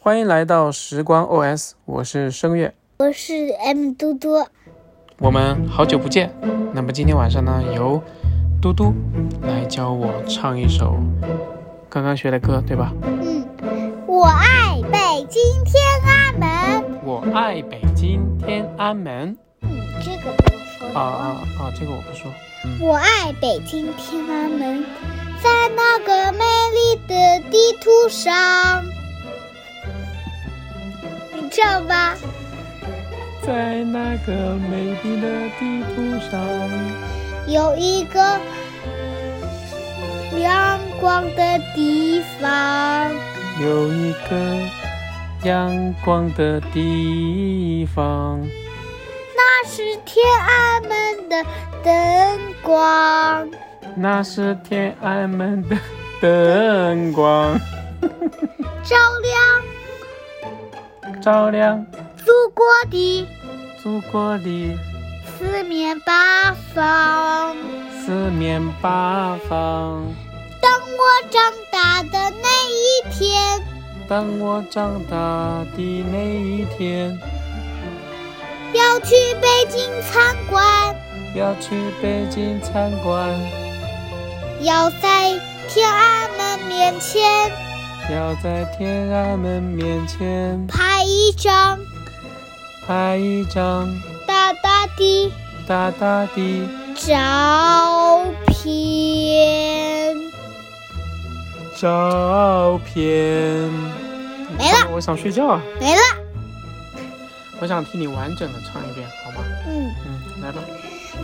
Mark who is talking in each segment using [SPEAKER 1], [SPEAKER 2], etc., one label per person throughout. [SPEAKER 1] 欢迎来到时光 OS，我是声月，
[SPEAKER 2] 我是 M 嘟嘟，
[SPEAKER 1] 我们好久不见。那么今天晚上呢，由嘟嘟来教我唱一首刚刚学的歌，对吧？
[SPEAKER 2] 嗯，我爱北京天安门。
[SPEAKER 1] 我爱北京天安门。
[SPEAKER 2] 嗯，这个不用说
[SPEAKER 1] 啊啊啊！这个我不说。嗯，
[SPEAKER 2] 我爱北京天安门，在那个美丽的地图上，你唱吧。
[SPEAKER 1] 在那个美丽的地图上，
[SPEAKER 2] 有一个阳光的地方，
[SPEAKER 1] 有一个阳光的地方。
[SPEAKER 2] 那是天安门的灯光。
[SPEAKER 1] 那是天安门的灯光，
[SPEAKER 2] 照亮
[SPEAKER 1] 照亮
[SPEAKER 2] 祖国的
[SPEAKER 1] 祖国的
[SPEAKER 2] 四面八方。
[SPEAKER 1] 四面八方。
[SPEAKER 2] 当我长大的那一天，
[SPEAKER 1] 当我长大的那一天，
[SPEAKER 2] 要去北京参观，
[SPEAKER 1] 要去北京参观，
[SPEAKER 2] 要在天安门面前
[SPEAKER 1] 要在天安门面前
[SPEAKER 2] 拍一张
[SPEAKER 1] 拍一张
[SPEAKER 2] 大大的
[SPEAKER 1] 大大的
[SPEAKER 2] 照片。
[SPEAKER 1] 照片。
[SPEAKER 2] 没了，
[SPEAKER 1] 我想睡觉啊！
[SPEAKER 2] 没了。
[SPEAKER 1] 我想听你完整的唱一遍，好吗？
[SPEAKER 2] 嗯。
[SPEAKER 1] 嗯，来吧。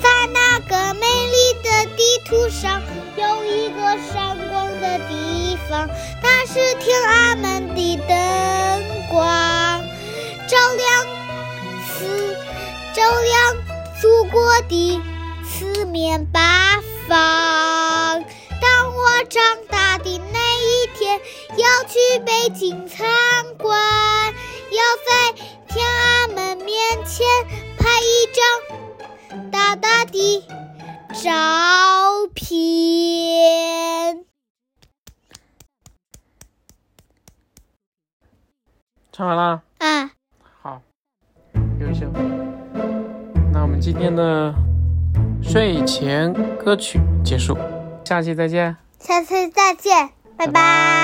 [SPEAKER 2] 在那个美丽的地图上，有一个闪光的地方，它是天安门的灯光，照亮四，照亮祖国的四面八方。当我长大的那一天，要去北京参观，要在天安门面前拍一张。大大的照片。
[SPEAKER 1] 唱完啦。
[SPEAKER 2] 啊，
[SPEAKER 1] 好，优秀。那我们今天的睡前歌曲结束，下期再见。
[SPEAKER 2] 下次再见，拜拜